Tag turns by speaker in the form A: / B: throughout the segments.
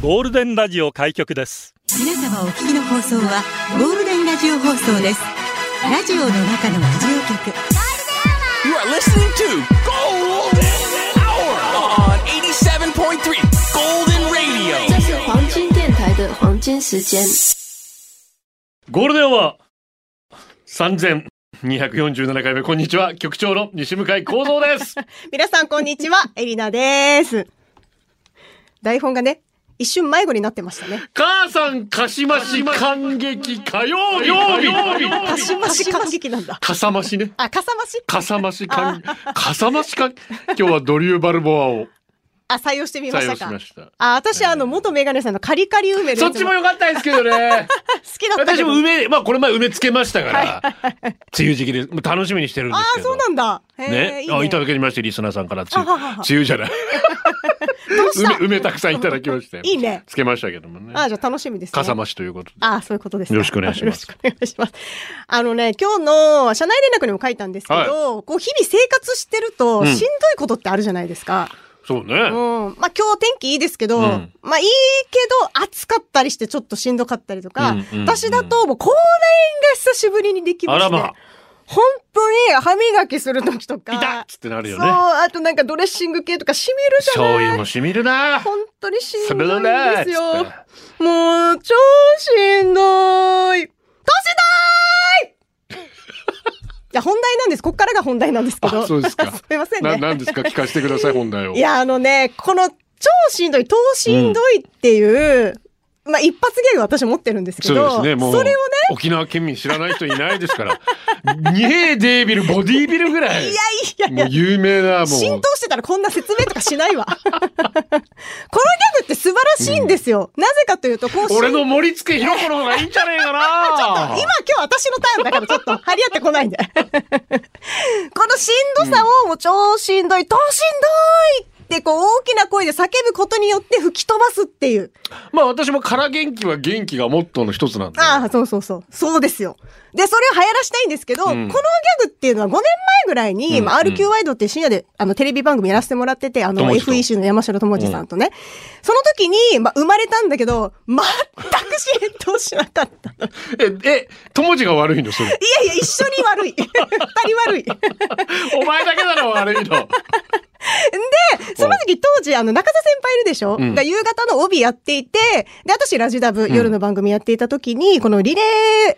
A: ゴールデンラジオ開局です
B: 皆様お聞きの放送はゴールデンラジオ放送ですラジオの中のラジオ局
C: You are listening to Golden Hour on 87.3 Golden Radio.
D: 这是黄金电台的黄金时间。
E: ゴールデンは3247回目、こんにちは。局長の西向井幸三 です。
F: 皆さん、こんに ちは。エリナです。台本がね、一瞬迷子になってましたね。
E: 母さん、かしまし、感激、火曜日、曜日、
F: かしまし感激なんだ。
E: かさましね。
F: あ、かさまし
E: かさまし、かん、かさましか、今日はドリューバルボアを
F: あ、採用してみま
E: 採用
F: した
E: し
F: か。
E: ました。
F: あ、私、あの、元メガネさんのカリカリ梅のやつ
E: そっちも良かったですけどね。
F: 好きだったけ
E: 私
F: ど。
E: も梅、まあこれ前梅つけましたから、梅雨時期です。もう楽しみにしてるんで
F: あ
E: すけ
F: ー、
E: ど。
F: そうなんだ。へー
E: ね
F: いい
E: あ
F: ね
E: いただきましてリスナーさんから梅
F: あはは
E: 雨梅雨じゃない
F: した
E: 梅梅たくさんいただきまして
F: いいね
E: つけましたけどもね
F: あー、じゃあ楽しみですね。
E: かさ増しということで
F: ああ、そういうことですか
E: よろしくお願いします
F: よろしくお願いします。あのね、今日の社内連絡にも書いたんですけど、
E: はい
F: こう日々生活してると
E: ん
F: しんどいことってあるじゃないですか。
E: そうね、
F: うん。まあ今日天気いいですけど、
E: うん
F: まあいいけど暑かったりしてちょっとしんどかったりとか、
E: うんうんうん
F: 私だともう口内炎が久しぶりにできま
E: あ
F: し
E: ら
F: て、
E: ま
F: 本当に歯磨きする時とか、
E: いたっつってなるよ
F: そう、
E: ね
F: あとなんかドレッシング系とか染みるじゃ
E: 醤
F: ない
E: 油もしみるな
F: 本当にし
E: そ
F: ん
E: れ
F: どい
E: だ
F: ん
E: ね
F: ですよ。
E: つって
F: もう、超しんどい。年だーいい や、本題なんです。こっからが本題なんですけど。
E: あそうですか
F: すみません
E: な
F: ね。
E: 何ですか聞かせてくだ さい本題を
F: いや、あのね、この超しんどい、超しんどいっていう、まあ、一発ギャグ私持ってるんですけ
E: そ
F: ど、
E: うですねもう
F: それをね、
E: 沖縄県民知らない人いないですからニヘーデービルボディービルぐらい
F: いやいやいや
E: もう有名なもう
F: 浸透してたらこんな説明とかしないわ。 このギャグって素晴らしいんですよ。なぜかというと、こうしん
E: 俺の盛り付けひろこの方がいいんじゃねえか な
F: 今今日私のターンだからちょっと張り合ってこないんで。 このしんどさをもう超しんどい、超しんどいってこう大きな声で叫ぶことによって吹き飛ばすっていう。
E: まあ私もから元気は元気がモットーの一つなんで。
F: ああ、そうそうそう。そうですよ。で、それを流行らしたいんですけど、
E: ん
F: このギャグっていうのは5年前ぐらいに、
E: うん
F: まあ RQ ワイドっていう深夜であのテレビ番組やらせてもらってて、あの
E: 友次と
F: FEC の山城智次さんとね、その時に、まあ、生まれたんだけど、全く浸透しなかった。
E: え、え、友次が悪いのそれ。
F: いやいや、一緒に悪い。二 人悪い。
E: お前だけだろ悪いの。
F: その時当時、あの、中田先輩いるでしょ、
E: ん
F: が夕方の帯やっていて、で、私ラジダブ、夜の番組やっていた時に、このリレー、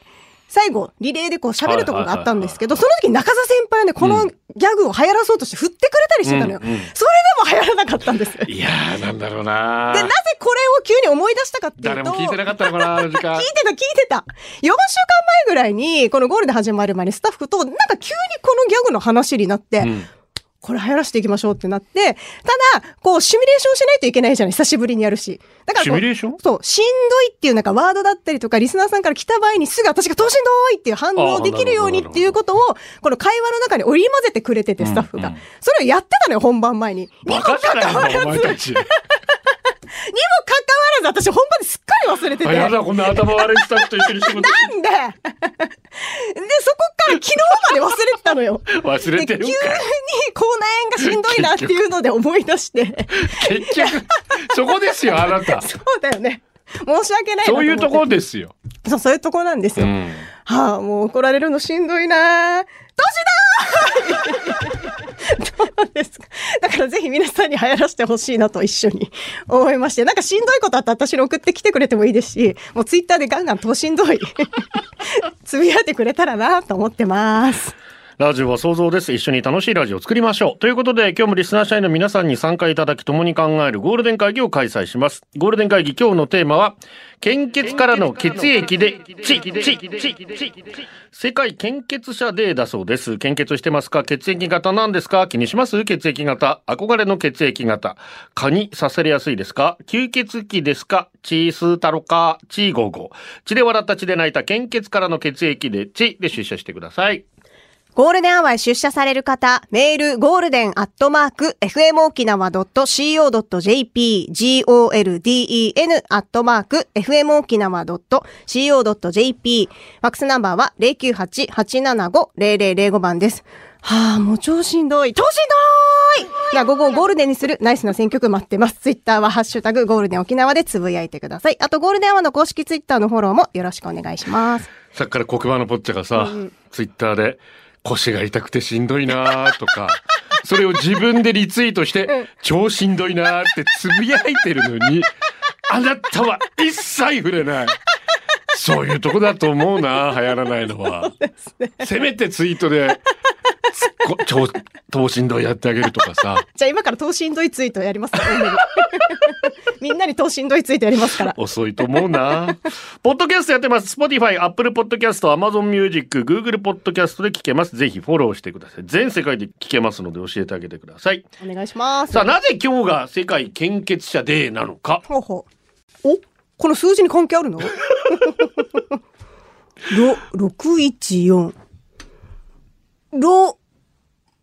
F: 最後、リレーでこう喋るところがあったんですけど、その時中澤先輩はね、このギャグを流行らそうとして振ってくれたりしてたのよ。
E: うんうん
F: それでも流行らなかったんです。で、
E: いやーなんだろうな
F: なぜこれを急に思い出したかっていう
E: 誰
F: と、
E: も聞いてなかったのかなあの時間
F: 聞い。てた、聞いてた。4、5週間前ぐらいに、このゴールで始まる前にスタッフと、なんか急にこのギャグの話になって、
E: うん
F: これ流行らしていきましょうってなって、ただ、こう、シミュレーションしないといけないじゃない久しぶりにやるし。だからこ
E: シミ
F: う
E: ュレーション
F: そう、しんどいっていうなんかワードだったりとか、リスナーさんから来た場合にすぐ私がどうしんどいっていう反応をできるよう
E: あー
F: に
E: なるほど
F: っていうことを、この会話の中に織り交ぜてくれてて、スタッフが。
E: うんうん
F: それをやってたのよ、本番前に。に
E: バ
F: もか
E: カじ
F: か
E: ゃ
F: わらず、
E: ないの
F: にも
E: お
F: か
E: 前たち。
F: かわらず、私本番ですっかり忘れてて。
E: あやだこんな頭悪いスタッフと一緒に仕事
F: なんで で、そこから昨日まで忘れてたのよ。
E: 忘れてる
F: で急に口内炎がしんどいなっていうので思い出して。
E: 結局そこですよあなた。
F: そうだよね。申し訳ないなと
E: そ
F: 思
E: う
F: って。
E: いうところですよ。
F: そう、そういうとこなんですよ。
E: うん
F: はあ、もう怒られるのしんどいな年だー どうですかだからぜひ皆さんに流行らせてほしいなと一緒に思いまして、なんかしんどいことあったら私に送ってきてくれてもいいですし、もうツイッターでガンガンとしんどい、 つぶやいてくれたらなと思ってます。
E: ラジオは想像です。一緒に楽しいラジオを作りましょう。ということで、今日もリスナー社員の皆さんに参加いただき、共に考えるゴールデン会議を開催します。ゴールデン会議、今日のテーマは、献血からの血液で、ち、ち、ち、ち、世界献血者デーだそうです。献血してますか血液型なんですか気にします血液型。憧れの血液型。蚊に刺されやすいですか吸血鬼ですかチースータロかチーゴーゴー。血で笑った血で泣いた献血からの血液で、ちで出社してください。
F: ゴールデンアワーへ出社される方、メール、ゴールデンアットマーク、fmokinawa.co.jp、golden アットマーク、fmokinawa.co.jp、ファックスナンバーは098-875-0005番です。はあ、もう超しんどい。超しんどいが午後をゴールデンにするナイスな選曲待ってます。ツイッターはハッシュタグゴールデン沖縄でつぶやいてください。あとゴールデンアワーの公式ツイッターのフォローもよろしくお願いします。
E: さっきから黒板のポッチャがさ、ツイッターで腰が痛くてしんどいなーとか、 それを自分でリツイートして、超しんどいなーってつぶやいてるのに、あなたは一切触れない。そういうとこだと思うな、流行らないのは。せめてツイートで、つっこ超、超しんどいやってあげるとかさ、
F: じゃあ今から等身どいツイートやり ますね。みんなに等身どいツイートやりますから。
E: 遅いと思うな。 ポッドキャストやってます。Spotify、Apple Podcast、Amazon Music、Google Podcast で聞けます。ぜひフォローしてください。全世界で聞けますので教えてあげてください。
F: お願いします。
E: さあ、なぜ今日が世界献血者デーなのか。
F: ほうほうおこの数字に関係あるの ろ、614。ろ、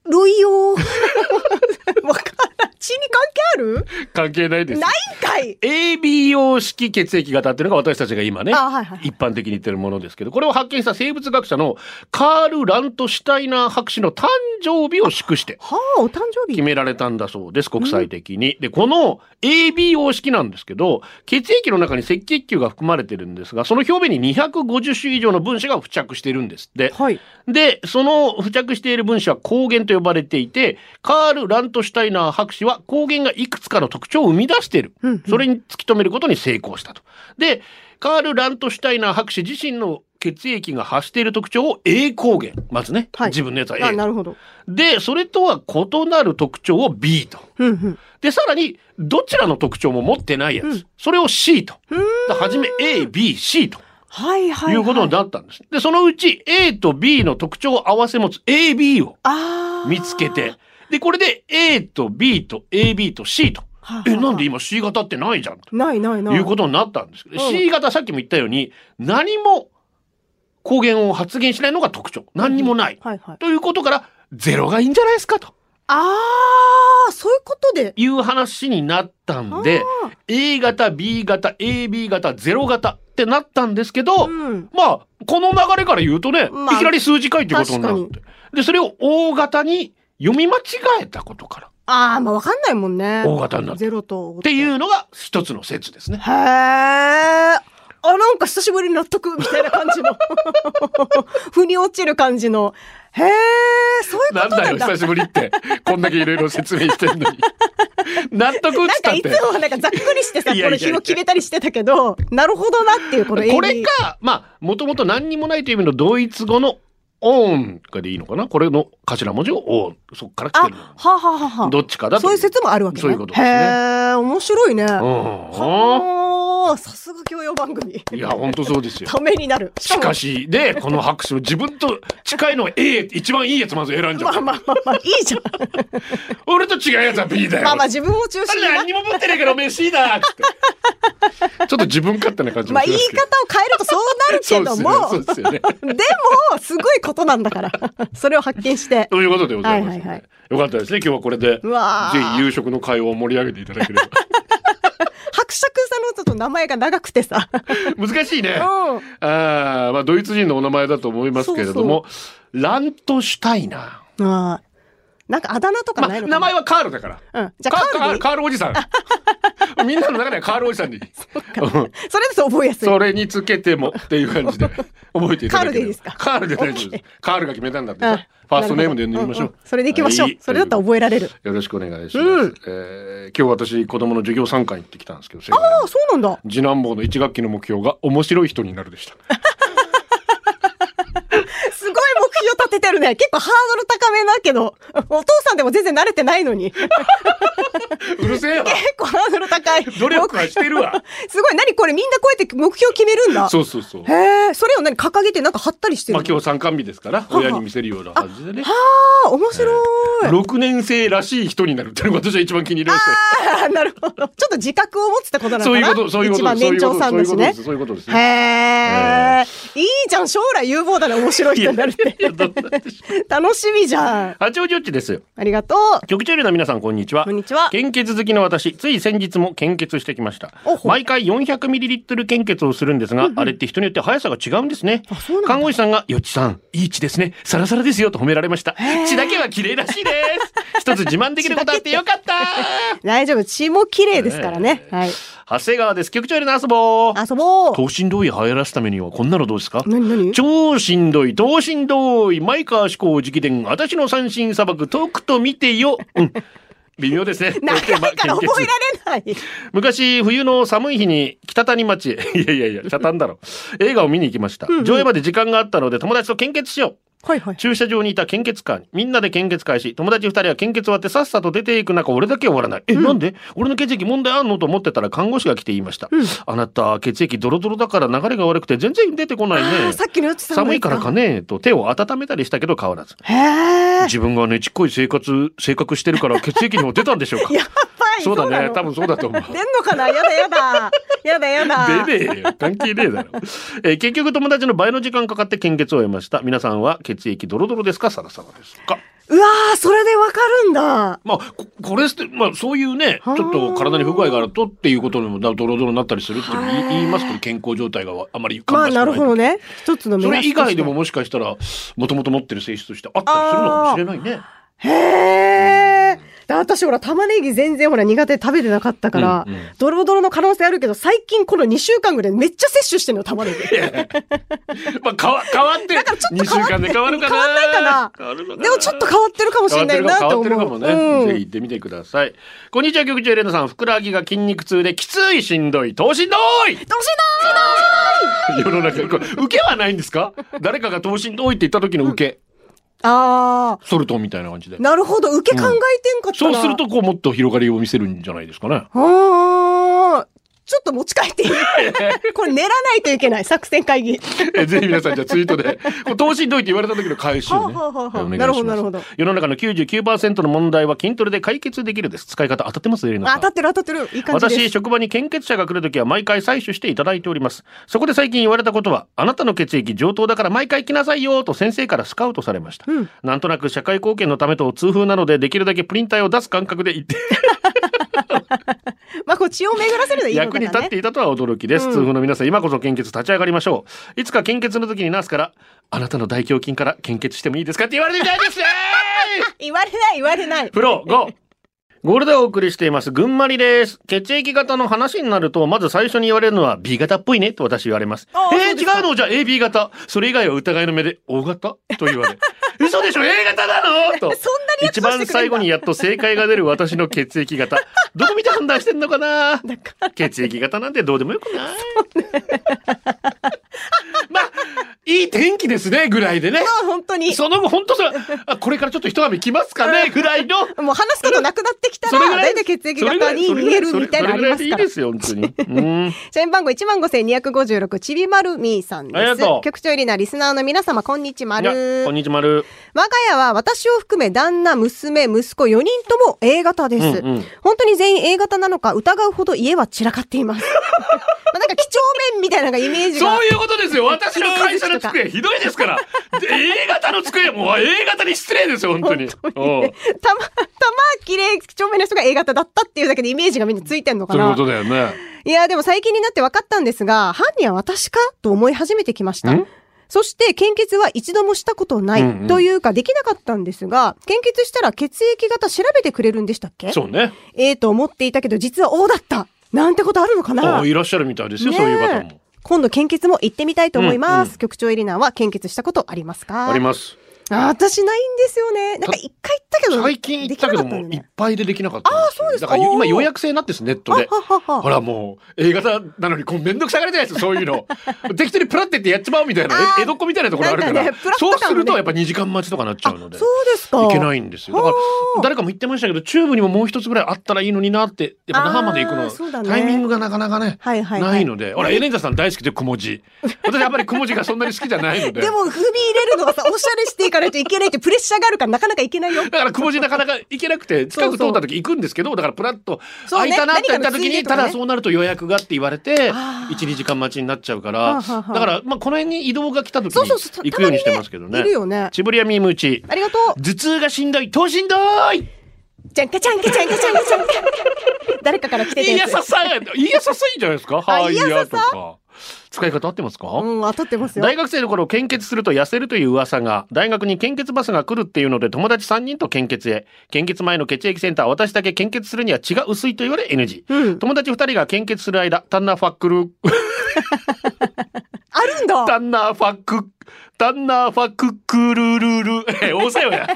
F: ろいよー。 わからん。血に関係ある
E: 関係ないです
F: ない。んかい
E: ABO 式血液型っていうのが私たちが今ね、
F: あはいはいはい
E: 一般的に言ってるものですけど、これを発見した生物学者のカール・ラント・シュタイナー博士の誕生日を祝して、
F: はあ、お誕生
E: 決
F: 日。
E: められたんだそうです、国際的に。で、この ABO 式なんですけど、血液の中に赤血球が含まれてるんですが、その表面に250種以上の分子が付着しているんですって。
F: はい。
E: で、その付着している分子は抗原と呼ばれていて、カール・ラントシュタイナー博士は抗原がいくつかの特徴を生み出している。
F: うんうん
E: それに突き止めることに成功したと。で、カール・ラントシュタイナー博士自身の血液が発している特徴を A 抗原。まずね。
F: はい
E: 自分のやつは A
F: あ、なるほど。
E: で、それとは異なる特徴を B と。
F: うんうん。
E: で、さらに、どちらの特徴も持ってないやつ。それを C と。だはじめ A、B、C と
F: はいはい、はい。
E: いうことになったんです。で、そのうち A と B の特徴を合わせ持つ AB を
F: あー
E: 見つけて。、で、これで A と B と AB と C と
F: はあは。あ
E: え、なんで今 C 型ってないじゃんと
F: ないないない。
E: いうことになったんですけど、
F: うん
E: C 型さっきも言ったように、何も抗原を発現しないのが特徴。何にもない。
F: はいはい。
E: ということから、ゼロがいいんじゃないですかと。
F: あー、そういうことで。
E: いう話になったんで、A 型、B 型、AB 型、0型ってなったんですけど、
F: うん。
E: まあ、この流れから言うとね、
F: まあ
E: いきなり数字書いてことになって
F: 確。
E: で、それを大型に読み間違えたことから、
F: あー、まあわかんないもんね。
E: 大型になった。っ
F: ゼロと。って
E: いうのが一つの説ですね。
F: へえ。あ、なんか久しぶりに納得みたいな感じの。 腑に落ちる感じの。へえ、そういう
E: な
F: こ
E: ん
F: と
E: だ
F: なん
E: よ、
F: だ。
E: 久しぶりって。こんだけいろいろ説明してんの に。納得っ
F: な
E: つ
F: ん
E: っ
F: か
E: たっ
F: いつ
E: て。
F: もはなんかざっくりしてさ、
E: いやいやいや
F: この紐切れたりしてたけど、なるほどなっていう、この
E: これか、まあ、もともと何にもないという意味のドイツ語のオーンがでいいのかなこれの頭文字をオーン。そこから来て
F: あ、は
E: るの。
F: あ、はあはあはあ
E: どっちかだと
F: そういう説もあるわけね。
E: そういうことですね
F: へえ、面白いね。
E: うん
F: はあ、さすが教養番組。
E: いや、本当そうですよ。
F: ためになる。
E: しか
F: し
E: し、で、この拍手の自分と近いのは A、一番いいやつまず選んじゃ
F: かも、
E: う。
F: まあまあまあまあ、いい じゃん。
E: 俺と違うやつは B だよ。
F: まあまあ自分を中心にな
E: 何にも持ってないからおめえ C だっ つって。ちょっと自分勝手な感じも
F: まあ
E: し
F: 言い
E: ます
F: 方
E: けど。
F: を変えるとそうなるけど も、
E: そうですよね。そうですよね。
F: でも、すごいことなんだから。それを発見して。
E: ということでございます、ね
F: はいはいは
E: よかったですね。今日はこれで、ぜ
F: うわー
E: ひ夕食の会話を盛り上げていただければ。
F: 伯爵さんのちょっと名前が長くて さ。
E: 難しいね。
F: うん。
E: あーまあ、ドイツ人のお名前だと思いますけれども、ラントシュタイナ
F: ああ。なんかあだ名と
E: ー。
F: か
E: ま
F: な
E: あ、
F: いのかな、
E: 名前はカールだから。
F: うん。じゃあ
E: カー
F: カールでいい
E: カールおじさん。 みんなの中ではカールおじさんでいい。うん
F: それだと覚えやすい。
E: それにつけてもっていう感じで覚えていただければ
F: カールでいいですか
E: カールで大丈夫です。カールが決めたんだって
F: うん
E: さ。ファーストネームで呼んでみましょ
F: なるほどん。
E: うん
F: それでいきましょう。
E: はい
F: それだったら覚えられる。
E: よろしくお願いします。
F: うん
E: えー今日私子供の授業参観行ってきたんですけど、
F: ああ、そうなんだ。
E: 次男坊の一学期の目標が面白い人になるで した。
F: すごい目標立ててるね。結構ハードル高めだけど、お父さんでも全然慣れてないのに。結
E: うるせえわ。
F: 構ハードル高い。
E: 努力はしてるわ。
F: すごい。何これみんなこうやって目標決めるんだ。
E: そうそうそう。
F: へえ、それを何掲げてなんか貼ったりしてる
E: まあ
F: の、
E: 今日参観日ですから、
F: は
E: 親に見せるような感じでね。
F: ああ、面白い。
E: 6年生らしい人になるっていうのが私は一番気に入りましたよ。
F: ああ、なるほど。ちょっと自覚を持つってことなの
E: そう
F: かな
E: いうこと、そういうこと、
F: 一番年長さんだしね。
E: そういうことです。そういうことです。
F: へえ、いいちゃん将来有望だね面白い人になるって
E: いやどうなんでしょう
F: 楽しみじゃん
E: 八王子よっちです。
F: ありがとう
E: 局長よりの皆さんこんにちは
F: こんにちは
E: 献血好きの私つい先日も献血してきました
F: おほ
E: 毎回 400ml 献血をするんですが、あれって人によって速さが違うんですね
F: そうなんだ
E: 看護師さんが「よっちさんいい血ですねサラサラですよ」と褒められました血だけは綺麗らしいです一つ自慢できることあってよかった
F: 大丈夫血も綺麗ですからね、はい
E: 長谷川です局長よりの遊ぼう
F: 遊 ぼう
E: 等身同意流行らすためにはこんなのどうですか
F: 何何
E: 超しんどい、等身同意、前川志向直伝、私の三振砂漠、遠くと見てよ。うん。微妙ですね。
F: 長いから覚えられない
E: 昔、冬の寒い日に北谷町へ、いやいやいや、北谷だろ。映画を見に行きました。上映まで時間があったので友達と献血しよう。
F: はいはい
E: 駐車場にいた献血カーにみんなで献血会し友達2人は献血終わってさっさと出ていく中俺だけは終わらないえ、なんで俺の血液問題あんのと思ってたら看護師が来て言いました、あなた血液ドロドロだから流れが悪くて全然出てこない
F: あ
E: ね
F: ーさっきのよっちさんの
E: 寒いからかねと手を温めたりしたけど変わらず
F: へえ
E: 自分がねちっこい生活性格してるから血液にも出たんでしょうか
F: やば い
E: そうだ
F: な
E: ね
F: の
E: 多分そうだ と思う
F: 出んのかなやだ やだやだやだ
E: 出ねえよ関係ねえだろ、えー結局友達の倍の時間かかって献血を終えました皆さんは血液ドロドロですかサラサラですか
F: うわーそれでわかるんだ
E: まあ、ここれって、まあ、そういうね、ちょ
F: は
E: っ
F: あ
E: と体に不具合があるとっていうことにも、だドロドロになったりするっていうの言い
F: はあ
E: 言いますけど、健康状態があまり
F: ま
E: 緩和
F: あ
E: してな。
F: ないるほどね一つの目
E: そ
F: 安と
E: れ
F: して
E: 以外でももしかしたら、もともと持ってる性質としてあったりするのかもしれないね。
F: へえ。で私ほら玉ねぎ全然ほら苦手で食べてなかったから、
E: うんうん
F: ドロドロの可能性あるけど最近この2週間ぐらいめっちゃ摂取してんの玉ねぎ
E: まあ、変わ、変わって、
F: だからちょっと
E: 2週間で変わるかな。
F: 変わんないかな
E: 変わるのかな
F: でもちょっと変わってるかもし
E: 変わ
F: れ
E: っ
F: な
E: てるか
F: い
E: 変
F: な
E: わっ
F: と思
E: て
F: う
E: るかもね。
F: うん
E: ぜひ行ってみてください。こんにちは、局長エレナさん。ふくらはぎが筋肉痛で、きつい、しんどい、等身同 意
F: どうしよう
E: 世の中、これ受けはないんですか誰かが等身同意って言った時の受け。
F: あ
E: ソルトンみたいな感じで
F: ー。なるほど受け考えてんかった
E: そ
F: ら、
E: うすると、こう、もっと広がりを見せるんじゃないですかね。
F: あーちょっと持ち帰 っていい これ練らないといけない作戦会議
E: えぜひ皆さん、じゃあツイートで、こう等身同意って言われた時の返しをね。
F: はあはあはあ
E: お願いします
F: なるほどなるほど
E: 世の中の99%の問題は筋トレで解決できるです。使い方当たってますエリナ
F: あ
E: さん
F: 当たってる当たってるいい感じで
E: 私、
F: す
E: 職場に献血者が来るときは毎回採取していただいております。そこで最近言われたことは、あなたの血液上等だから毎回来なさいよと先生からスカウトされました。
F: うん
E: なんとなく社会貢献のためと痛風なので、できるだけプリン体を出す感覚で言って
F: まあこう血を巡らせるでいいの
E: 役
F: か
E: に
F: な
E: 立っ
F: ね
E: ていたとは驚きです、
F: うん
E: 痛風の皆さん今こそ献血立ち上がりましょういつか献血の時にナースからあなたの大胸筋から献血してもいいですかって言われてみたい ですね
F: 言われない言われない
E: プロ5ゴールでお送りしています。群馬りです。血液型の話になると、まず最初に言われるのは B 型っぽいねと私言われます。
F: ああ
E: え
F: そう
E: ー、
F: です
E: 違
F: か
E: うのじゃあ AB 型。それ以外は疑いの目で O 型と言 われ。嘘でしょ ?A 型なのと。
F: そんなリア
E: 一
F: クションしてくれるんだ
E: 番最後にやっと正解が出る私の血液型。どこ見て判断してんのかな血液型なんてどうでもよくない。まあ、いい天気ですね、ぐらいでね。
F: まあ本当に
E: その後、本当さ、あ、これからちょっと一雨来ますかね、ぐらいの。
F: もう話すことなくなってきた
E: それぐ
F: ら、
E: らい
F: 大体血液型に逃げるみたいなのあり
E: それぐらい
F: ますから
E: でいいで。すよ、本当に。うん。
F: 社員番号15,256、ちびまるみーさんで
E: ありが
F: す
E: とう。
F: 局長入りなリスナーの皆様、こんにちまる。
E: いやこん
F: 我
E: にちは、丸。
F: が家は私を含め旦那、娘、息子4人とも A 型です。
E: うんうん
F: 本当に全員 A 型なのか疑うほど家は散らかってい ます。まあなんか几帳面みたいなのがイメージが。
E: そういうことですよ。私の会社の机、ひどいですから。で A 型の机、もう A 型に失礼ですよ、本当に。おう
F: たま、たま綺麗几帳面な人が A 型だったっていうだけでイメージがみんなついてんのか
E: そういう
F: な
E: こと。だよね。
F: いや、でも最近になって分かったんですが、犯人は私かと思い始めてきました
E: ん。
F: そして、献血は一度もしたことない、
E: うんうん
F: というか、できなかったんですが、献血したら血液型調べてくれるんでしたっけ
E: そうね。
F: ええと思っていたけど、実は O だったなんてことあるのかな
E: あいらっしゃるみたいですよ、
F: ねえ
E: そういう方も。
F: 今度献血も行ってみたいと思います。
E: うんうん
F: 局長エリナは献血したことありますか
E: あります。
F: あ私ないんですよね。なんか一回行ったけど、
E: 最近行ったけども、
F: できなかんだ
E: いっ
F: よね
E: ぱいでできなかったんよ。あ
F: そうですか
E: だから今予約制になってるんです、ネットで。
F: あははは
E: ほらもう、A 型なのにこうめんどくさがりじゃないですか、そういうの。 適当にプラってってやっちまおうみたいな
F: あ、ー
E: え江戸っ子みたいなところあるから、
F: なんかねプラッと感
E: そ
F: が
E: う
F: ね
E: するとやっぱ2時間待ちとかなっちゃうので。
F: そうですか。
E: いけないんですよ。だから
F: は、
E: 誰かも言ってましたけど、チューブにももう一つぐらいあったらいいのになって、やっぱ那覇まで行く
F: あーそう
E: の、
F: だね
E: タイミングがなかなかね、
F: はいはいはい
E: ないので、ほら、エレンザさん大好きで、くもじ。私やっぱりくもじがそんなに好きじゃないので。
F: でも、踏み入れるのがさ、おしゃれしていいかないといけないってプレッシャーがあるからなかなかいけないよ。
E: だから、くぼじなかなか行けなくて、近く通った時行くんですけど、だから、プラッと、
F: そう
E: 空
F: ね
E: いたなって言った時
F: 何かのつい
E: に、
F: でとか
E: た
F: ね
E: だそうなると予約がって言われて、1
F: あ、ー
E: 2時間待ちになっちゃうか
F: は
E: ら、だ
F: あはあはあ
E: から、まあ、この辺に移動が来た時
F: そうそうそう。
E: に行くようにしてますけど
F: たま
E: ね
F: にいる。よね。
E: チブリアミームーチ。
F: ありがとう。
E: 頭痛がしんどい、頭しんどい
F: じゃんかちゃんかちゃんかちゃんかちゃん か。誰かから来てた
E: いや
F: やつ
E: さ。さいやささいじゃないですか。はい
F: いや
E: や
F: さ
E: と
F: さ
E: か。使い方合ってますか、
F: うん、当たってますよ。
E: 大学生の頃献血すると痩せるという噂が大学に献血バスが来るっていうので友達3人と献血へ献血前の血液センター私だけ献血するには血が薄いと言われ NG
F: うん。
E: 友達2人が献血する間タンナーファックル
F: あるんだ。
E: タンナーファックタンナーファッククルルル え多さよや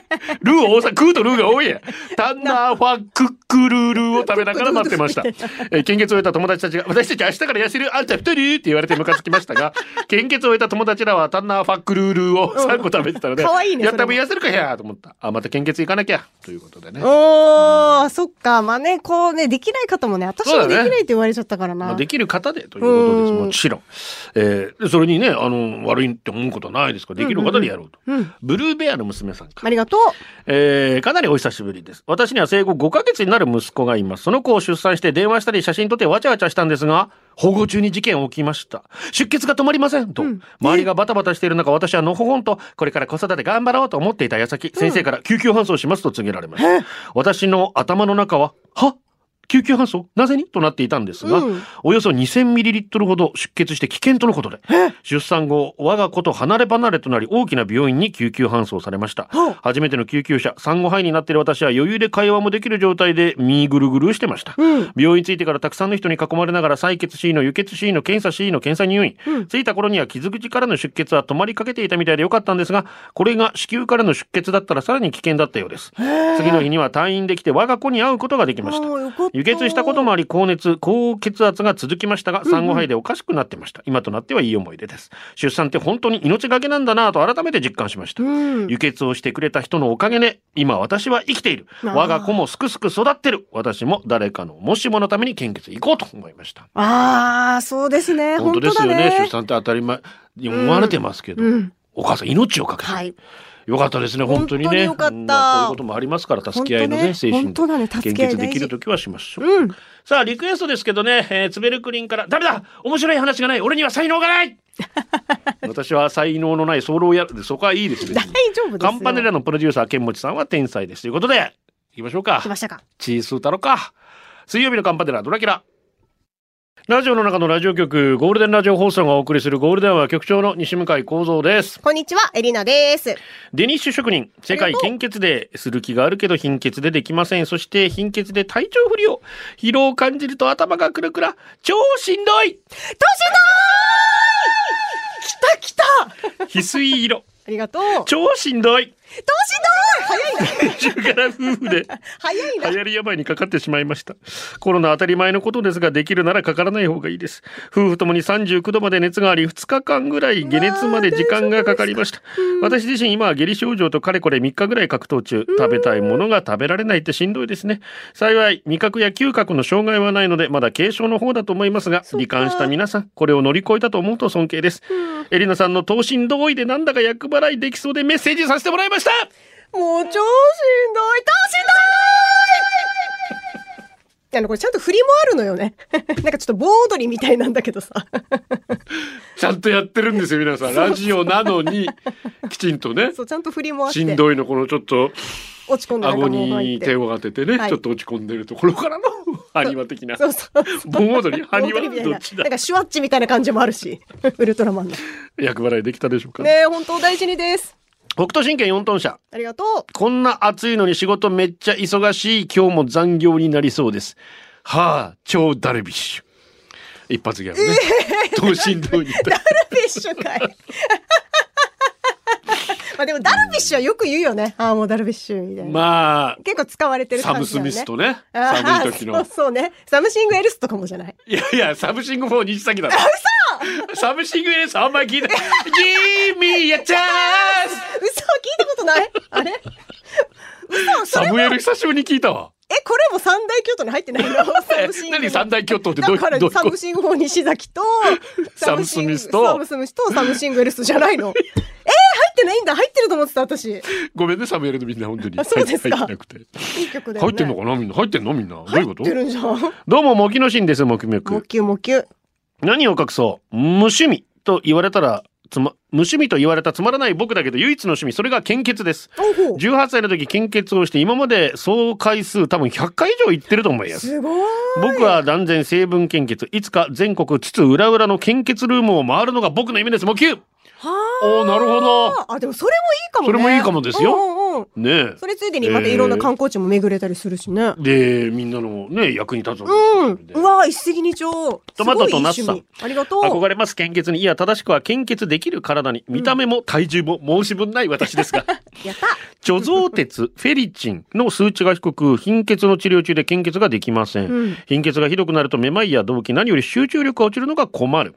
E: ルー多さクーとルーが多いやタンナーファッククルルを食べながら待ってま したえー献血を終えた友達たちが私たち明日から痩せるあんた太るって言われてムカつきました が献血を終えた友達らはタンナーファックルールを3個食べてたので、
F: 可愛いね
E: やった
F: そ
E: ぶ
F: れ
E: ん
F: も
E: 痩せるかやと思ったあまた献血行かなきゃということでね、
F: おー、そっか。まあね、こうね、できない方もね、私もできないって言われちゃったから
E: まあ、
F: な。
E: できる方でということです
F: うん
E: もちろん、えーそれにねあの悪いって思うことはないですからできる方でやろうと、
F: うん。
E: ブルーベアの娘さんか
F: ありがとう。
E: えーかなりお久しぶりです。私には生後5ヶ月になる息子がいます。その子を出産して電話したり写真撮ってわちゃわちゃしたんですが、保護中に事件起きました。出血が止まりませんと、周りがバタバタしている中、私はのほほんと、これから子育て頑張ろうと思っていた矢先、先生から救急搬送しますと告げられました。私の頭の中は、は救急搬送なぜにとなっていたんですが、
F: うん
E: およそ 2000ml ほど出血して危険とのことで、出産後、我が子と離れ離れとなり大きな病院に救急搬送されました。初めての救急車、産後肺になっている私は余裕で会話もできる状態で身ぐるぐるしてました。病院に着いてからたくさんの人に囲まれながら採血 C の輸血 C の検査 C の検査入院、着いた頃には傷口からの出血は止まりかけていたみたいでよかったんですが、これが子宮からの出血だったらさらに危険だったようです。次の日には退院できて我が子に会うことができました。
F: もうよかった。
E: 輸血したこともあり高熱高血圧が続きましたが産後肺でおかしくなってました、今となってはいい思い出です出産って本当に命がけなんだなぁと改めて実感しました、
F: うん。
E: 輸血をしてくれた人のおかげで今私は生きている
F: あー
E: 我が子もすくすく育ってる私も誰かのもしものために献血行こうと思いました
F: あー、そうですね。
E: 本
F: 本
E: 当
F: 当
E: です
F: だ
E: よね
F: ね
E: 出。産って当たり前に思われてますけど、
F: うん。
E: お母さん命をかけて、
F: はい。
E: よかったですね本当にね
F: 本当によかっ
E: う
F: た
E: んまあこういうこともありますから助け合いのね精神
F: 本当だね、助
E: 献
F: け合い
E: 血
F: 大
E: できる
F: 事。
E: 時はしましょう
F: うん。
E: さあ、リクエストですけどね、えー、ツベルクリンから、ダメだ面白い話がない俺には才能が ない私は才能のないソロをやる。そこはいいですね
F: 大。丈夫ですよ。
E: カンパネラのプロデューサー、剣持さんは天才です。ということで、行きましょうか
F: 来。ましたか。
E: チースー太郎か。水曜日のカンパネラ、ドラキュラ。ラジオの中のラジオ局、ゴールデンラジオ放送がお送りするゴールデンは局長の西向井幸三です。
F: こんにちは、エリナです。
E: デニッシュ職人世界貧血でする気があるけど貧血でできませんそして貧血で体調不良疲労を感じると頭がくるくら超しんどい
F: どうしんどーい来た来た
E: 翡翠色
F: ありがとう。どうしん
E: 超しんどい
F: どーい早いな。
E: 中辛夫婦で
F: 早い な
E: 流。行り病にかかってしまいましたコロナ当たり前のことですができるならかからない方がいいです夫婦ともに39度まで熱があり2日間ぐらい解熱まで時間がかかりました私自身今は下痢症状とかれこれ3日ぐらい格闘中食べたいものが食べられないってしんどいですね幸い味覚や嗅覚の障害はないのでまだ軽症の方だと思いますが罹患した皆さんこれを乗り越えたと思うと尊敬ですエリナさんの等身同意でなんだか厄払いできそうでメッセージさせてもらいました
F: もう超しんどい、どうしんどいあの、これちゃんと振りもあるのよね。 なんかちょっと盆踊りみたいなんだけどさ。
E: ちゃんとやってるんですよ、皆さん。ラジオなのに、きちんとね、
F: そう、ちゃんと振りもあって。
E: しんどいのこのちょっと、
F: 落ち込んだ
E: 顎
F: 中も入
E: に
F: って
E: 手。を当ててね、
F: はい
E: ちょっと落ち込んでるところからの、ハニワ的な。
F: そうそうそう。
E: 盆踊りハニワ
F: 盆踊りみたい
E: ど
F: な
E: っち
F: な
E: だ
F: んかシュワッチみたいな感じもあるし。 ウルトラマンの。
E: 役払いできたでしょうか、
F: ねえ、本当お大事にです。
E: 北斗神拳4トン車。
F: ありがと
E: こんな暑いのに仕事めっちゃ忙しい。今日も残業になりそうです。はあ、超ダルビッシュ。一発ギャグね。等身同意に。
F: う。 ダルビッシュかい。 まあでもダルビッシュはよく言うよね。ああ、もうダルビッシュみたいな。
E: まあ、
F: 結構使われてる
E: サ
F: 感
E: ム・
F: じ
E: ス
F: だよね。
E: ミスとね、
F: あ
E: 寒
F: ー
E: い時の
F: そう。そうね。 サムシングエルスとかもじゃない。
E: いやいや、サムシング4西崎だろ。サムシングエースあんまり聞いた。Give me a chance!
F: 嘘聞いたことないあれ嘘そ
E: サ
F: れ
E: ムエル久しぶりに聞いたわ。
F: え、これも三大巨頭に入ってないのサ
E: え
F: ムシング
E: 何三大巨頭ってどうい
F: だ
E: う
F: から
E: どういう
F: サ
E: こ
F: ム
E: と
F: シング法西崎と
E: サムスミスと
F: サムスミスとサムシングエルスじゃないのえー、入ってないんだ入ってると思ってた私い
E: ごめんねサムエルのみんな本当に
F: あそうですか
E: 入ってなくて
F: い曲だよ
E: 入
F: ね
E: ってんのかなみんな入ってんのみんなどういうこと
F: 入ってるんじゃん
E: どうもモキノシンですモキモキ
F: もきゅもきゅ
E: 何を隠そう無趣味と言われたらつま無趣味と言われたつまらない僕だけど唯一の趣味それが献血です
F: おほ
E: 18歳の時献血をして今まで総回数多分100回以上行ってると思います
F: すごい
E: 僕は断然成分献血いつか全国津々浦々の献血ルームを回るのが僕の夢ですもきゅ
F: は
E: おーなるほど
F: ああでもそれもいいかもね
E: それもいいかもですよ
F: うんうんうん
E: ね
F: それついでにまたいろんな観光地も巡れたりするしね、
E: えでみんなのね役に立つわ
F: うん
E: けですよね
F: うわー一石二鳥
E: トマトとナッツ
F: す
E: さん
F: ごいいい趣味ありがとう
E: 憧れます献血にいや正しくは献血できる体に見た目も体重も申し分ない私ですが
F: やった
E: 貯蔵鉄 フェリチンの数値が低く貧血の治療中で献血ができません、
F: うん
E: 貧血がひどくなるとめまいや動悸何より集中力が落ちるのが困る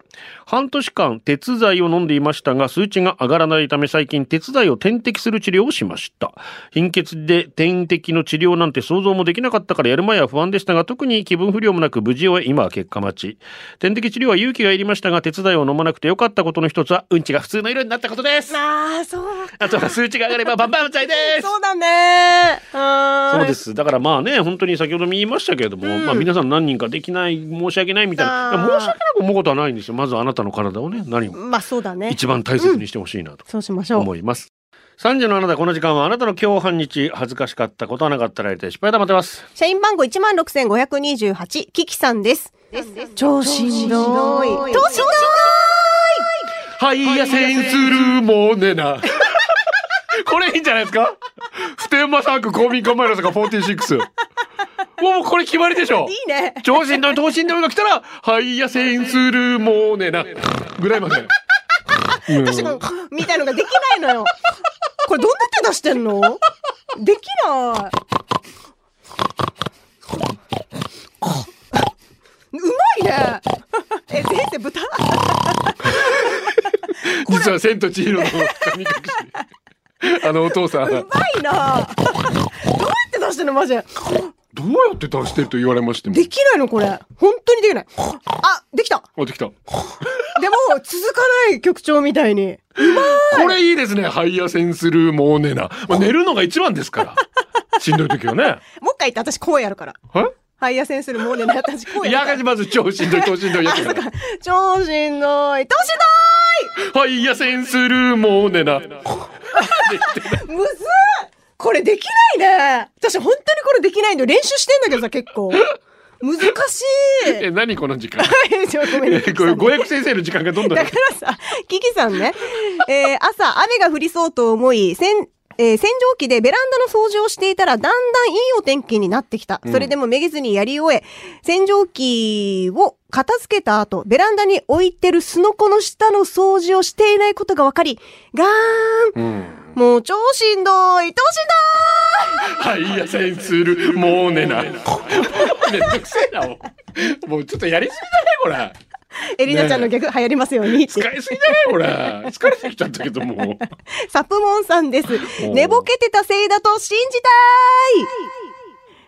E: 半年間鉄剤を飲んでいましたが数値が上がらないため最近鉄剤を点滴する治療をしました貧血で点滴の治療なんて想像もできなかったからやる前は不安でしたが特に気分不良もなく無事終え今は結果待ち点滴治療は勇気がいりましたが鉄剤を飲まなくてよかったことの一つはうんちが普通の色になったことです
F: あーそう
E: あとは数値が上がればバンバン剤です
F: そうだねうーん
E: そうです。だからまあね、本当に先ほども言いましたけれども、まあ皆さん何人かできない、申し訳ないみたいな。
F: あー
E: いや申し訳なく思うことはないんですよ。まずあなたの体をね、何も
F: まあそうだね
E: 一番大切にしてほしいなと
F: そうしましょう
E: 思います。3時のあなた、この時間はあなたの今日半日、恥ずかしかったことはなかったらえて失敗だ待ってます。
F: 社員番号一万六千五百二十八、キキさんです。超しんどい。超しんどい。
E: はいやせんするもねな。 これいいんじゃないですか普天間サーク公民館前の坂46。もうこれ決まりでしょ
F: いいね。
E: 超新の等身大が来たら、はいやせんするもねな。ぐらいまで。
F: 私もみたいのができない のよ。これどんな手出してんの？でき ない。うまいね。え、先生豚？
E: 実は千と千尋の神隠し。あのお父さん、どうや
F: うまいな。どうやって出してんのマジで。
E: って出してると言われましても。
F: できないのこれ。本当にできない。あ、できた。
E: あ、できた。こ
F: でも続かない局長みたいに。
E: れいいですね。ハイヤセンスルーモーネナ。まあ、寝るのが一番です から。しんどい時はね。
F: もう一回言って私声やるから。
E: え
F: ハイヤセンするもんね、私声
E: い
F: や
E: や
F: るか
E: が
F: ら
E: じ。まず超しんどい、超しんどいやつから。
F: 超しんどい。超し
E: ハイヤセンスルーモーネナ。
F: んどいむずっこれできないね。私本当にこれできないんで練習してんだけどさ、結構。難し
E: え、
F: い。
E: 何この時 間。
F: ちょごめん
E: え
F: ねキキ
E: こ
F: さ
E: れ、
F: ん
E: 五百先生の時間がどんどん
F: だ。からさ、キキさんね、えー朝雨が降りそうと思い、せんえー洗浄機でベランダの掃除をしていたら、だんだんいいお天気になってきた。それでもめげずにやり終え、洗浄機を片付けた後、ベランダに置いてるすのこの下の掃除をしていないことが分かり、ガー
E: う
F: ン、
E: ん。
F: もう超しんどい、超しん
E: ハイヤセンスルーモーネナ。めんどくせえな。もうもうちょっとやりすぎじゃない、これ。
F: どいエリナちゃんのギャグ流行りますようにって。
E: 使いすぎじゃないこれ疲れてきちゃったけどもう
F: サプモンさんです
E: お。う
F: 寝ぼけてたせいだと信じたい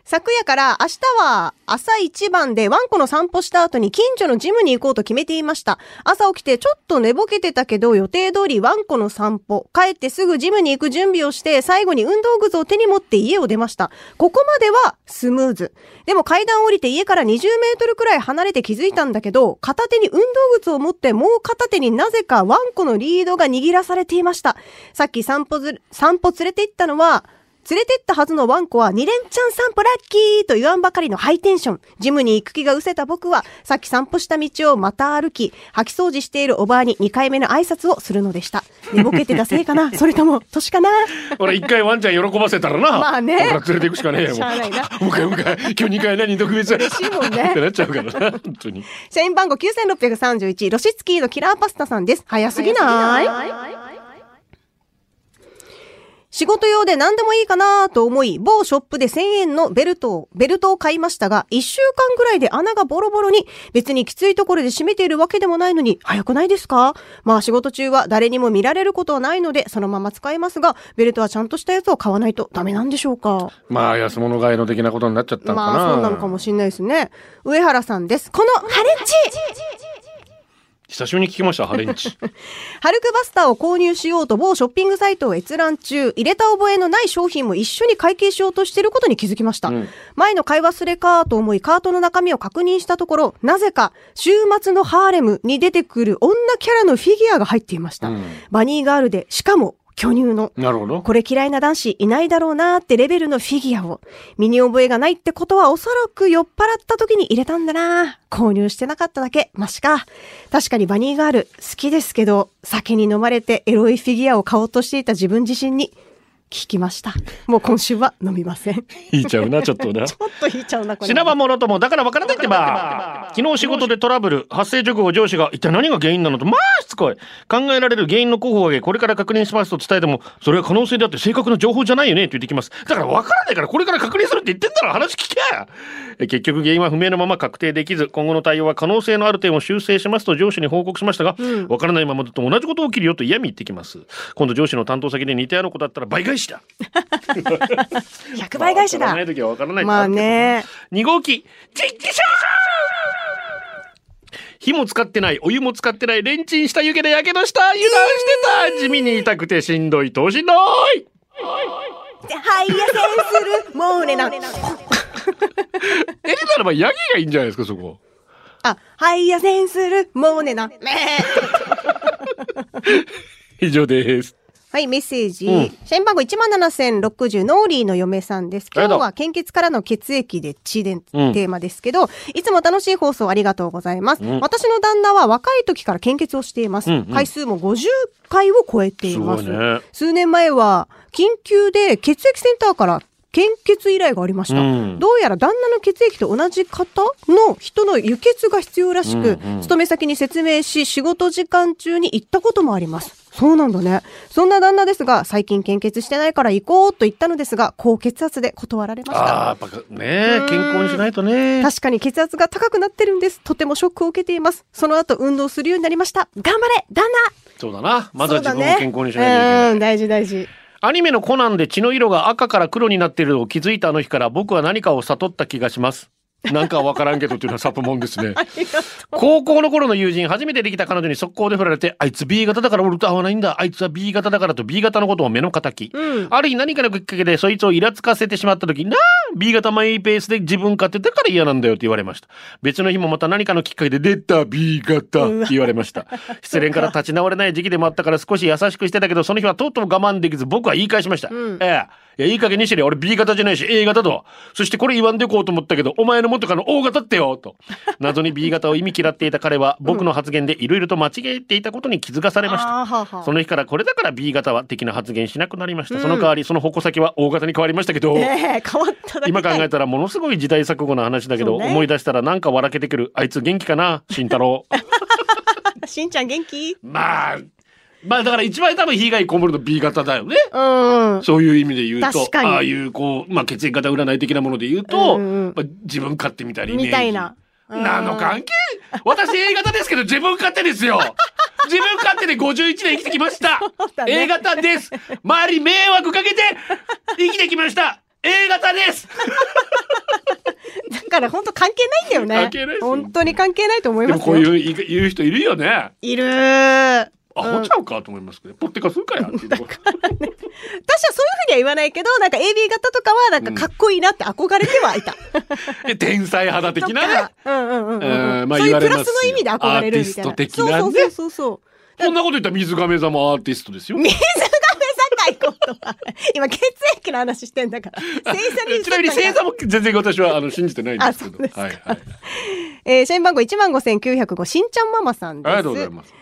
F: 昨夜から明日は朝一番でワンコの散歩した後に近所のジムに行こうと決めていました。朝起きてちょっと寝ぼけてたけど予定通りワンコの散歩。帰ってすぐジムに行く準備をして最後に運動靴を手に持って家を出ました。ここまではスムーズ。でも階段を降りて家から20メートルくらい離れて気づいたんだけど、片手に運動靴を持ってもう片手になぜかワンコのリードが握らされていました。さっき散歩ず、散歩連れて行ったのは、連れてったはずのワンコは2連チャン散歩ラッキーと言わんばかりのハイテンション。ジムに行く気が失せた僕は、さっき散歩した道をまた歩き、掃き掃除しているおばあに2回目の挨拶をするのでした。寝ぼけてたせいかなそれとも、年かな
E: 俺一回ワンちゃん喜ばせたらな
F: まあね
E: ほら連れていくしかねえよ
F: しゃあないな
E: もう一回もう一回今日二回何特別嬉
F: しいもんね
E: ってなっちゃうからな本当に
F: 社員番号9631、ロシツキーのキラーパスタさんです。早すぎない仕事用で何でもいいかなと思い、某ショップで1000円のベルトを、ベルトを買いましたが、1週間ぐらいで穴がボロボロに、別にきついところで締めているわけでもないのに、早くないですかまあ仕事中は誰にも見られることはないので、そのまま使えますが、ベルトはちゃんとしたやつを買わないとダメなんでしょうか
E: まあ安物買いの的なことになっちゃったのかな
F: まあそうなのかもしれないですね。上原さんです。この、ハレッチ
E: 久しぶりに聞きました、ハレン チ。
F: ハルクバスターを購入しようと某ショッピングサイトを閲覧中、入れた覚えのない商品も一緒に会計しようとしていることに気づきました。
E: うん
F: 前の買い忘れかと思い、カートの中身を確認したところ、なぜか、週末のハーレムに出てくる女キャラのフィギュアが入っていました。
E: うん
F: バニーガールで、しかも、巨乳の。
E: なるほど。
F: これ嫌いな男子いないだろうなーってレベルのフィギュアを。身に覚えがないってことはおそらく酔っ払った時に入れたんだなー購入してなかっただけ、マシか。確かにバニーガール好きですけど、酒に飲まれてエロいフィギュアを買おうとしていた自分自身に聞きました。もう今週は飲みま せん。ち
E: 引いちゃうな、ちょっとな。
F: ょっと引いちゃうな、これ。
E: 品場もろとも、だからわからないってば。昨日仕事でトラブル、発生直後上司が一体何が原因なのと、まあしつこい。考えられる原因の候補を挙げ、これから確認しますと伝えても、それは可能性であって正確な情報じゃないよねと言ってきます。だからわからないから、これから確認するって言ってんだろ、話聞けえ 結局原因は不明のまま確定できず、今後の対応は可能性のある点を修正しますと上司に報告しましたが、わ、からないままだと同じこと起きるよと嫌味言ってきます。今度上司の担当先で似たような子だったら倍返しだ。
F: 100倍返し
E: まあわからな。
F: だ
E: い時はわからないって
F: ま
E: る
F: あ
E: けど
F: ね。
E: 2号機実機勝火も使ってないお湯も使ってないレンチンした湯気でやけどした油断してた地味に痛くてしんどいとしんどい
F: はい、やせんする。もうね な。
E: えならばヤギがいいんじゃないですかそこ
F: あ、はい、やせんする。もうねな。ね
E: 以上です
F: はい、メッセージ。
E: うん
F: 社員番号17,060、ノーリーの嫁さんです。
E: ありがと
F: 今日
E: う
F: は献血からの血液で血で、
E: うん
F: テーマですけど、いつも楽しい放送ありがとうございます。
E: うん
F: 私の旦那は若い時から献血をしています。
E: うんうん
F: 回数も50回を超えています。
E: すごいね
F: 数年前は、緊急で血液センターから献血依頼がありました。
E: うん
F: どうやら旦那の血液と同じ方の人の輸血が必要らしく、
E: うんうん
F: 勤め先に説明し、仕事時間中に行ったこともあります。そうなんだね。そんな旦那ですが、最近献血してないから行こうと言ったのですが、高血圧で断られました。
E: あーやっぱね健康にしないとね
F: 確かに血圧が高くなってるんです。とてもショックを受けています。その後運動するようになりました。頑張れ旦那
E: そうだなまずは自分を健康にし
F: そうだね
E: な
F: う
E: いといけ
F: ん、
E: ない
F: 大事大事。
E: アニメのコナンで血の色が赤から黒になっているのを気づいたあの日から僕は何かを悟った気がし ますなんかわからんけどというのはサプモンですね
F: ありがとう。
E: 高校の頃の友人、初めてできた彼女に速攻で振られて、あいつ B 型だから俺と合わないんだ。あいつは B 型だからと B 型のことを目の敵。
F: うん
E: ある日何かのきっかけでそいつをイラつかせてしまった時、なあ !B 型マイペースで自分勝手だから嫌なんだよって言われました。別の日もまた何かのきっかけで出た B 型って言われました。失恋から立ち直れない時期でもあったから少し優しくしてたけど、その日はとうとう我慢できず僕は言い返しました。
F: うん
E: ええ。いや、いい加減にしてりゃ俺 B 型じゃないし A 型だわ。そしてこれ言わんでこうと思ったけど、お前の元カノ O 型ってよと。謎に B 型を意味嫌っていた彼は僕の発言でいろいろと間違えていたことに気づかされました。
F: あーはあはあ
E: その日からこれだから B 型は的な発言しなくなりました、
F: うん
E: その代わりその矛先は O 型に変わりましたけど、
F: ねえ、変わっただ け
E: 今考
F: だよ
E: えたらものすごい時代錯誤な話だけど、
F: そうね
E: 思い出したらなんか笑けてくるあいつ元気かな慎太 郎
F: しんちゃん元気う
E: まあまあだから一番多分被害被るの B 型だよね
F: ん。
E: そういう意味で言うと
F: 確かに
E: ああいうこう、まあ、血液型占い的なもので言うと、
F: うんうん
E: まあ、自分勝手みたいなイメージ
F: みたいな。うん
E: 何の関係私 A 型ですけど自分勝手です よ自分勝手で51年生きてきました、
F: うだ
E: A
F: ね
E: 型です周り迷惑かけて生きてきました A 型 です
F: だから本当関係ないんだよ
E: 関
F: ね。
E: 係ないですよ
F: 本当に関係ないと思い
E: で
F: ま
E: も
F: す
E: こ
F: よ。
E: ういう言い言う人いるよね
F: いるー。
E: アホちゃうかと思いますけど、ポッテカするかやっていうとこ
F: 私はそういうふうには言わないけど、なんか AB 型とかはなんかかっこいいなって憧れてはいた。
E: で天才肌 的なね
F: うんうんうんうん、
E: うんまあ
F: そうい
E: 言わ
F: う
E: れ
F: プ
E: ますよ
F: ラスの意味で憧れるみたいな。
E: アーティスト的なね
F: そうそうそうそう。
E: こんなこと言ったら水亀座もアーティストですよ
F: 水が目境ことは、今血液の話してんだから。 星座に
E: ちなみに星座も全然私はあの信じてないんですけ
F: あそ
E: ど
F: うですか
E: はいはい、
F: えー、社員番号15,905、しんちゃんママさんです。
E: ありがとうございます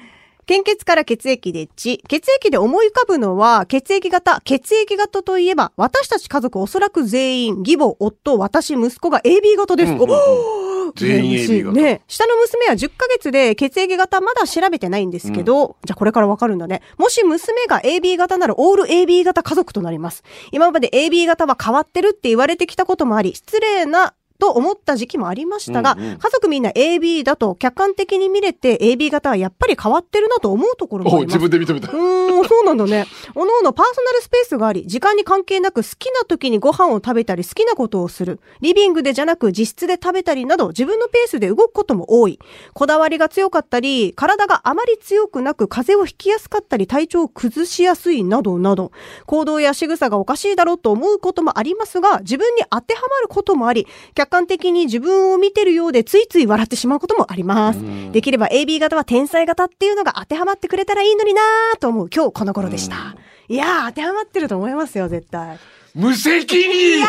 F: 献血から血液で血。血液で思い浮かぶのは、血液型。血液型といえば、私たち家族おそらく全員、義母、夫、私、息子が AB 型です。
E: うんうんうん
F: おー
E: 全員 AB 型
F: ね下の娘は10ヶ月で血液型まだ調べてないんですけど、じゃあこれからわかるんだね。もし娘が AB 型ならオール AB 型家族となります。今まで AB 型は変わってるって言われてきたこともあり、失礼な、と思った時期もありましたが、
E: うんうん
F: 家族みんな AB だと客観的に見れて AB 型はやっぱり変わってるなと思うところもあ
E: お
F: ります
E: 自分で認めた
F: うーん、そうなんだね。おのおのパーソナルスペースがあり、時間に関係なく好きな時にご飯を食べたり好きなことをする。リビングでじゃなく自室で食べたりなど自分のペースで動くことも多い。こだわりが強かったり、体があまり強くなく風邪をひきやすかったり体調を崩しやすいなどなど、行動や仕草がおかしいだろうと思うこともありますが、自分に当てはまることもあり、客観的に自分を見てるようでついつい笑ってしまうこともあります。できれば AB 型は天才型っていうのが当てはまってくれたらいいのになぁと思う今日この頃でした。いやー、当てはまってると思いますよ、絶対。
E: 無責任
F: 私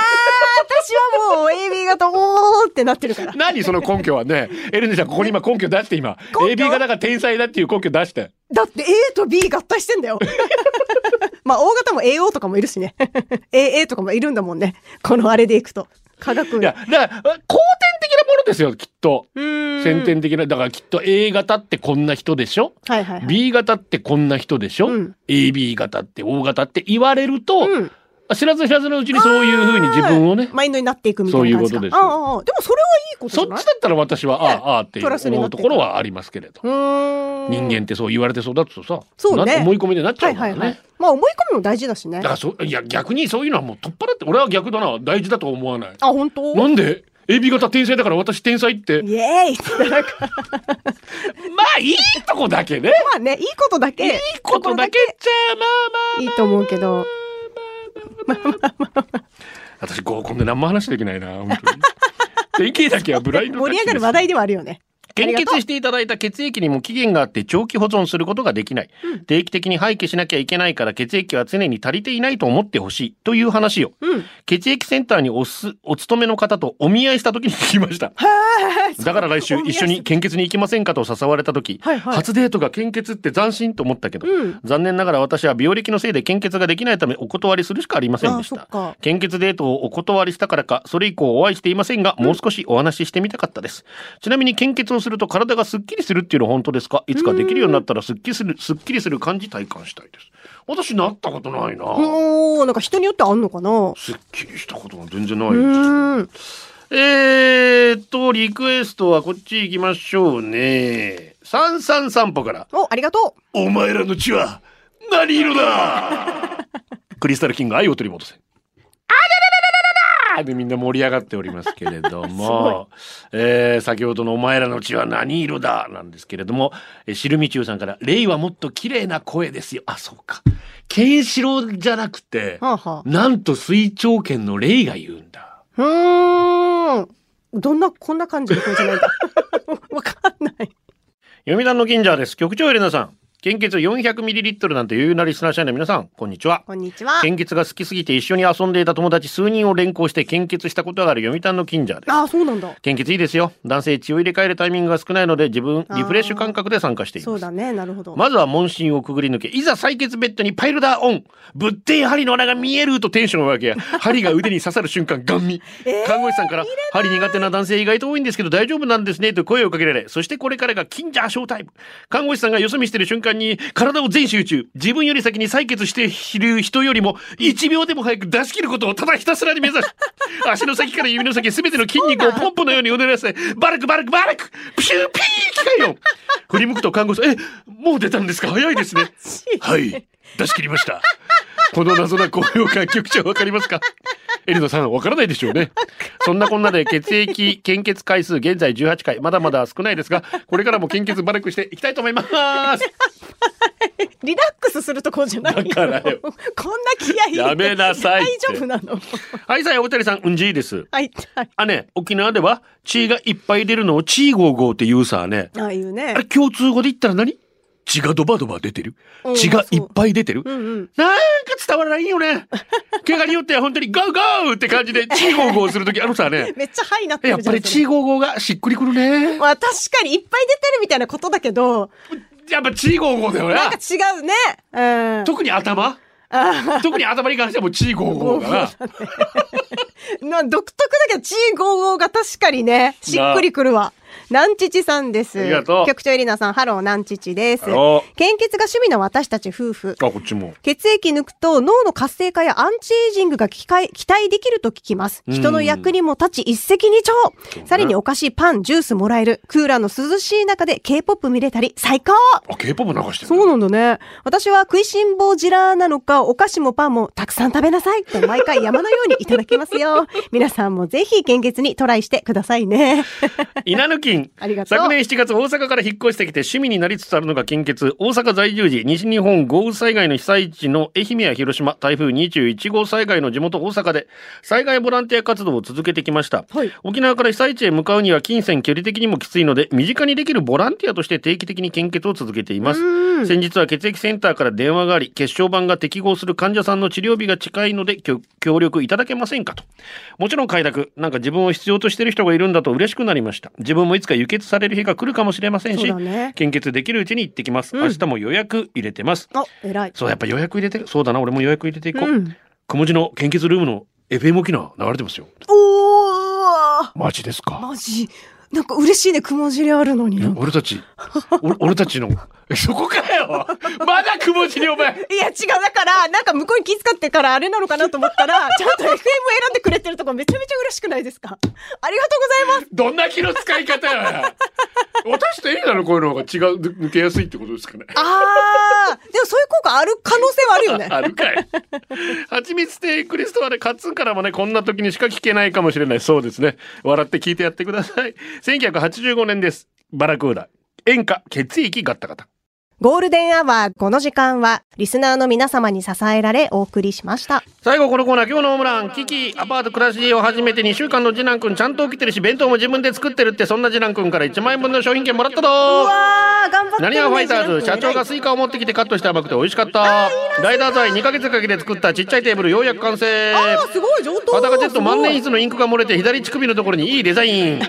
F: はもう AB 型、おーってなってるから。
E: 何その根拠はね。エルネちゃん、ここに今根拠出して今。
F: 根拠
E: AB 型が天才だっていう根拠出して。
F: だって A と B 合体してんだよ。 まあ、大型も AO とかもいるしね。AA とかもいるんだもんね。このあれでいくと。科学。
E: いや、だから、後天的なものですよ、きっと。
F: うーん。
E: 先天的な。だからきっと A 型ってこんな人でしょ
F: はいはいはい。
E: B 型ってこんな人でしょ、
F: うん
E: ?AB 型って O 型って言われると、
F: うん
E: 知らず知らずのうちにそういうふうに自分をね、
F: マインドになっていくみたいな感じか
E: そういうことです
F: ああああ、でもそれはいいことじ
E: そ
F: ゃ
E: っ
F: ない
E: ちだったら私は、ああ、ああってい
F: プラス
E: う
F: に
E: 思
F: なっ
E: うと
F: てくる
E: ころはありますけれど。
F: うーん。
E: 人間ってそう言われてそうだとさ、
F: そう
E: な
F: ね
E: 思い込みでなっちゃ
F: は
E: う
F: い
E: か
F: は
E: ら
F: い
E: ね。
F: はい。まあ、思い込みも大事だしね
E: だか。らそういや逆にそういうのはもう取っ払って俺は逆だな大事だとは思わない。
F: あ、本当
E: なんで AB 型天才だから私天才って
F: イエーイってなんか、
E: まあいいとこだけね。
F: まあね、いいことだけ。
E: いいことだけじゃあまあまあ
F: いいと思うけど。
E: 私合コンで何も話できないな本当 に。天気だけはブラインド
F: 盛り上がる話題ではあるよね。
E: 献血していただいた血液にも期限があって長期保存することができない、定期的に廃棄しなきゃいけないから血液は常に足りていないと思ってほしいという話を、
F: うん
E: 血液センターにおすお勤めの方とお見合いした時に聞きましただから来週一 緒に献血に行きませんかと誘われた時、
F: はいはい
E: 初デートが献血って斬新と思ったけど、
F: うん
E: 残念ながら私は病歴のせいで献血ができないためお断りするしかありませんでし
F: あそ
E: た
F: っか
E: 献血デートをお断りしたからかそれ以降お会いしていませんがもう少しお話ししてみたかったです、ちなみに献血をすると体がすっきりするっていうのは本当ですかいつかできるようになったらすっきりするすっきりする感じ体感したいです私なったことないな、
F: おー、なんか人によってあんのかな
E: すっきりしたことは全然ないうです
F: ーん。
E: えーっと、リクエストはこっち行きましょうね。三三散歩から。
F: お、ありがとう。
E: お前らの血は何色だ クリスタルキング愛を取り戻せ。あだだだだだだでみんな盛り上がっておりますけれども、えー先ほどの「お前らの血は何色だ?」なんですけれども、えー、しるみちゅうさんから「レイはもっと綺麗な声ですよ」あそうかケンシロウじゃなくて、
F: はあは
E: なんと水長剣のレイが言うんだ。
F: あ。うーん。どんな、こんな感じの声じゃないんだ。 わかんない。
E: 読谷の銀ジャーです。局長エレナさん。献血 400ml なんて余裕なリスナー社員の皆さん、こんにちは。
F: こんにちは。
E: 献血が好きすぎて一緒に遊んでいた友達数人を連行して献血したことがある読谷の金ジャーです。
F: ああ、そうなんだ。
E: 献血いいですよ。男性血を入れ替えるタイミングが少ないので自分
F: あー
E: リフレッシュ感覚で参加してい
F: そ
E: ま
F: う
E: す。
F: だね、なるほど。
E: まずは問診をくぐり抜け、いざ採血ベッドにパイルダーオンぶってん針の穴が見えるとテンションを上げ、針が腕に刺さる瞬間、ガン見。
F: えー
E: 看護師さんから、針苦手な男性意外と多いんですけど大丈夫なんですねと声をかけられ、そしてこれからが金ジャーショータイム。看護師さんがよそ見してる瞬間に体を全集中。自分より先に採血している人よりも1秒でも早く出し切ることをただひたすらに目指し、足の先から指の先全ての筋肉をポンプのようにうねらせ、バラクバラクバラクピューピー機械を振り向くと看護師さん、え、もう出たんですか早いですね。はい、出し切りました。この謎な高揚感、局長わかりますかエリノさん、わからないでしょうね。そんなこんなで血液献血回数現在18回、まだまだ少ないですが、これからも献血バラクしていきたいと思います。
F: リラックスするとこじゃない
E: だからよ
F: こんな気合い入れて
E: やめなさいっ
F: 大
E: て
F: 丈夫なの
E: はい、さあ、お二人さん、うんじいです。
F: はい、はい。
E: あね、沖縄では、血がいっぱい出るのをチーゴーゴーって言うさね。
F: ああいうね
E: あ。れ、共通語で言ったら何血がドバドバ出てる
F: うん
E: 血がいっぱい出てる
F: うんうん。
E: なんか伝わらないよ ね。怪我によっては本当にゴーゴーって感じ で、チーゴーゴーするとき、あのさね、
F: めっちゃハイなって
E: やっ
F: るじ
E: ぱ
F: ゃん。
E: りチーゴーゴーがしっくりくる
F: それ
E: ね。
F: まあ確かにいっぱい出てるみたいなことだけど、
E: やっぱチーゴーゴーだよ
F: なん
E: な。
F: か違うね。うん。
E: 特に頭
F: あ
E: 特に頭に関してはもうチーゴーゴーだ な。
F: ーな独特だけど、チー55が確かにね、しっくりくるわ。南父さんです。
E: ありがとう
F: 局長エリナさん、ハロー南父です。
E: ハロー
F: 献血が趣味の私たち夫婦。
E: あ、こっちも。
F: 血液抜くと脳の活性化やアンチエイジングが期待期待できると聞きます。人の役にも立ち一石二鳥。さらにお菓子、パン、ジュースもらえる。クーラーの涼しい中で K-POP 見れたり、最高
E: あ、K-POP 流してる。
F: そうなんだね。私は食いしん坊ジラーなのか、お菓子もパンもたくさん食べなさいと毎回山のようにいただきます よ。皆さんもぜひ献血にトライしてくださいね。
E: 稲抜金
F: ありがとう
E: 昨年7月大阪から引っ越してきて趣味になりつつあるのが献血大阪在住時西日本豪雨災害の被災地の愛媛や広島台風21号災害の地元大阪で災害ボランティア活動を続けてきました、
F: はい
E: 沖縄から被災地へ向かうには金銭距離的にもきついので身近にできるボランティアとして定期的に献血を続けています先日は血液センターから電話があり血小板が適合する患者さんの治療日が近いのできょ協力いただけませんかともちろん快諾なんか自分を必要としている人がいるんだと嬉しくなりました自分もいつか輸血される日が来るかもしれません
F: そう
E: し、
F: だね
E: 献血できるうちに行ってきます、
F: うん
E: 明日も予約入れてます
F: あ、偉い。
E: そうやっぱ予約入れてるそうだな俺も予約入れていこう、
F: うん。
E: くもじの献血ルームの FM 沖縄流れてますよ
F: おー
E: マジですか
F: マジ。なんか嬉しいね、雲尻あるのに。い
E: え俺たち俺俺たちのえそこかよまだくもじにお前
F: や、違う、だから、なんか向こうに気遣ってからあれなのかなと思っ たら、ちゃんと FM 選んでくれてるとこめちゃめちゃ嬉しくないですかありがとうございます。
E: どんな気の使い方や。私とエリナの声の方が違う、ぬ抜けやすいってことですかね。
F: あー、でもそういう効果ある可能性はある よね。
E: あるかい。はちみつテイクリストはね、カッツンからもね、こんな時にしか聞けないかもしれない。そうですね。笑って聞いてやってください。1985年です。バラクーダ。演歌、血液ガッタガタ。
F: ゴールデンアワー、この時間は、リスナーの皆様に支えられお送りしました。
E: 最後このコーナー今日のホームランキキアパート暮らしを始めて2週間の次男くんちゃんと起きてるし弁当も自分で作ってるってそんな次男くんから1万円分の商品券もらったぞ
F: あー、頑張って
E: 何がファイターズ社長がスイカを持ってきてカットして甘くて美味しかったライダーズアイ2ヶ月かけて作ったちっちゃいテーブルようやく完成
F: あー、すごい、上等。
E: パタカジェット万年
F: す
E: 筆のインクが漏れて左乳首のところにいいデザ イン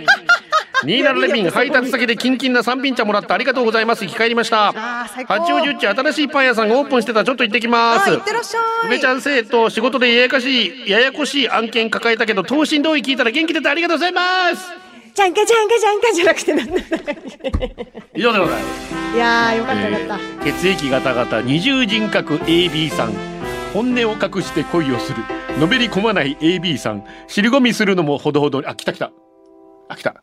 E: ニーナレビン配達先でキンキンな三品茶もらったありがとうございます生き返りました
F: あー最高
E: 八王子うち新しいパン屋さんがオープンしてたちょっと行ってきま
F: ごい
E: す
F: あー、いってらっしゃい。
E: 梅ちゃん生徒仕事でややかしいややこしい案件抱えたけど等身同意聞いたら元気出てありがとうございます
F: じゃんけじゃんけじゃんけじゃなくてなんだ。
E: 以上でございます
F: いやー、よかったよかった。
E: えー血液型型二重人格 AB さん本音を隠して恋をするのめり込まない AB さん尻込みするのもほどほどにあ来た来たあ来た
F: あ